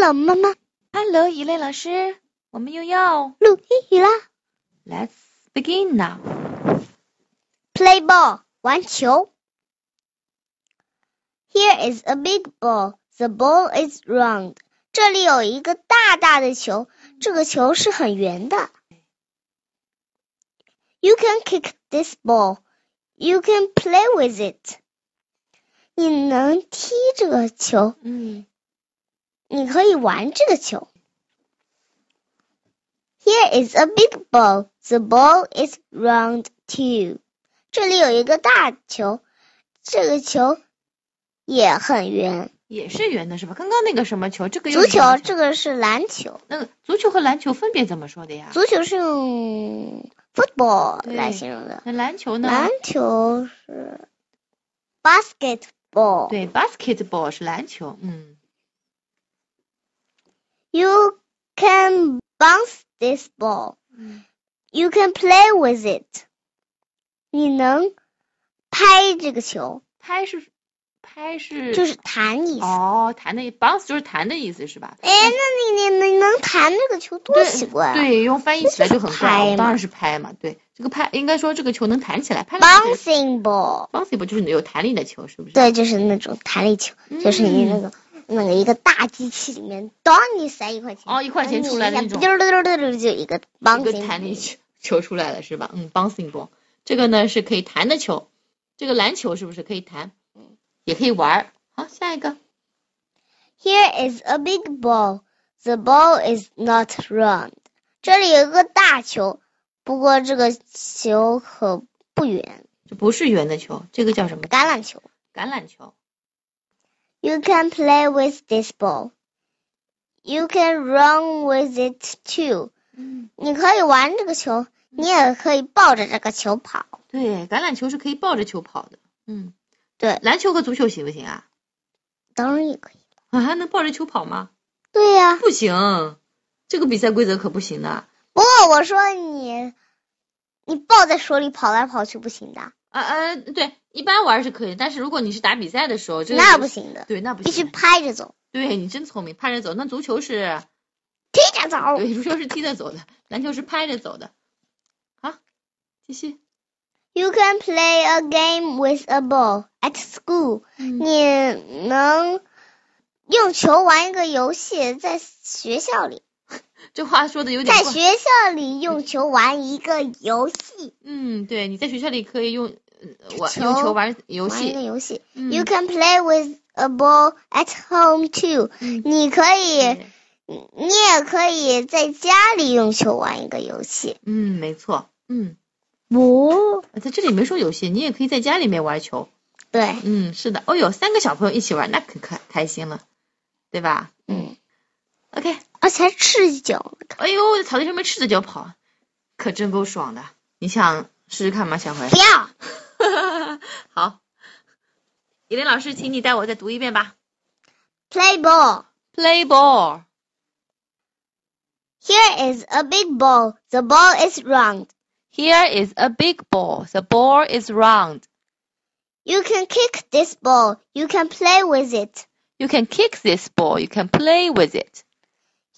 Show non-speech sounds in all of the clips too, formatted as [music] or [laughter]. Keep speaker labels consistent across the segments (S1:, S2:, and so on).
S1: 了，妈妈。
S2: Hello，一类老师，我们又要
S1: 录英语啦
S2: Let's begin now。
S1: ！Play ball，玩球。Here is a big ball. The ball is round. 这里有一个大大的球，这个球是很圆的。You can kick this ball. You can play with it. 你能踢这个球，
S2: 嗯
S1: 你可以玩这个球。Here is a big ball. The ball is round too. 这里有一个大球，这个球也很圆。
S2: 也是圆的是吧？刚刚那个什么球，这个又
S1: 足
S2: 是什
S1: 球
S2: 么，
S1: 这个是篮球，
S2: 那个足球和篮球分别怎么说的呀？
S1: 足球是用 football
S2: 对
S1: 来形容的，
S2: 那篮球呢？
S1: 篮球是 basketball。
S2: 对，basketball 是篮球，嗯
S1: You can bounce this ball.
S2: 嗯
S1: You can play with it. 你能拍这个球，
S2: 拍是拍是
S1: 就是弹意思。
S2: 嗯哦，弹的 bounce 就是弹的意思是吧？
S1: 哎，那你你你能弹这个球多
S2: 对
S1: 奇怪啊
S2: 对，用翻译起来就很
S1: 拍
S2: 怪，哦
S1: 嘛
S2: 当然是拍嘛。对，这个拍应该说这个球能弹起来，拍来就是
S1: ！Bouncing ball，
S2: bouncy 不就是有弹力的球是不是？
S1: 对，就是那种弹力球，就是你那
S2: 嗯
S1: 个那个一个大机器里面，当你塞一块钱，
S2: 哦，一块钱出来的那种
S1: 丢。溜溜溜溜就一个
S2: 一
S1: bouncing
S2: 个弹力球球 [laughs] 出来了是吧？嗯，bouncing ball，这个呢是可以弹的球，这个篮球是不是可以弹？也可以玩儿。好，下一个
S1: Here is a big ball. The ball is not round. 这里有一个大球，不过这个球可不圆，
S2: 这不是圆的球，这个叫什么？
S1: 橄榄球。
S2: 橄榄球。
S1: You can play with this ball. You can run with it too.
S2: 嗯，
S1: 你可以玩这个球，你也可以抱着这个球跑。
S2: 对，橄榄球是可以抱着球跑的。嗯，
S1: 对
S2: 篮球和足球行不行啊？
S1: 当然也可以。
S2: 啊，还能抱着球跑吗？
S1: 对呀、
S2: 不行，这个比赛规则可不行的。啊
S1: 不过我说你，你抱在手里跑来跑去不行的，
S2: 啊啊，对，一般玩儿是可以，但是如果你是打比赛的时候，这个
S1: 那
S2: 游
S1: 不
S2: 戏，
S1: 行的，
S2: 对，那不
S1: 必须
S2: 行。
S1: 拍着走，
S2: 对你真聪明，趴着走。那足球是？
S1: 踢着走。
S2: 对，足球是踢着走的，篮球是拍着走的。好，继续。
S1: You can play a game with a ball at school.
S2: 嗯，
S1: 你能用球玩一个游戏，在学校里，
S2: 这话说的有点
S1: 在
S2: 怪。
S1: 学校里用球玩一个游戏，
S2: 嗯，对，你在学校里可以用呃玩
S1: 球
S2: 用球玩游
S1: 玩一个
S2: 戏。
S1: 游戏。
S2: 嗯
S1: You can play with a ball at home too.
S2: 嗯
S1: 你可以，
S2: 对
S1: 你也可以在家里用球玩一个游戏。
S2: 嗯，没错。嗯，啊
S1: 不，
S2: 在这里没说游戏，你也可以在家里面玩球。
S1: 对，
S2: 嗯，是的。哦哟，三个小朋友一起玩，那可开开心了，对吧
S1: 嗯，
S2: ？OK。
S1: 而且还赤脚。
S2: 哎呦，草地上面赤着脚跑，可真够爽的。你想试试看吗？下回。
S1: 不要
S2: [laughs] 好，以琳老师，请你带我再读一遍吧。
S1: play ball.
S2: Play ball。
S1: Here is a big ball. The ball is round.
S2: Here is a big ball. The ball is round.
S1: You can kick this ball. You can play with it.
S2: You can kick this ball. You can play with it.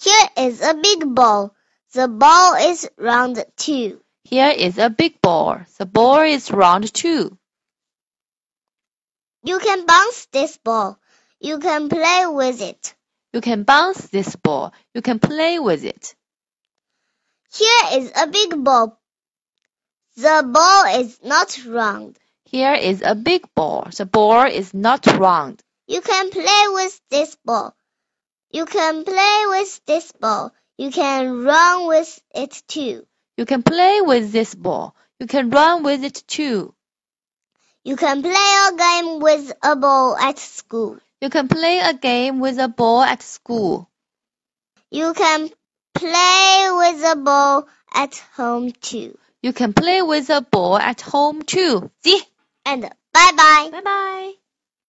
S1: Here is a big ball. The ball is round too.
S2: Here is a big ball. The ball is round too.
S1: You can bounce this ball. You can play with it.
S2: You can bounce this ball. You can play with it.
S1: Here is a big ball. The ball is not round.
S2: Here is a big ball. The ball is not round.
S1: You can play with this ball. You can play with this ball. You can run with it too.
S2: You can play with this ball. You can run with it too.
S1: You can play a game with a ball at school.
S2: You can play a game with a ball at school.
S1: You can play with a ball at home too.
S2: You can play with a ball at home too. See?
S1: And bye bye.
S2: Bye bye.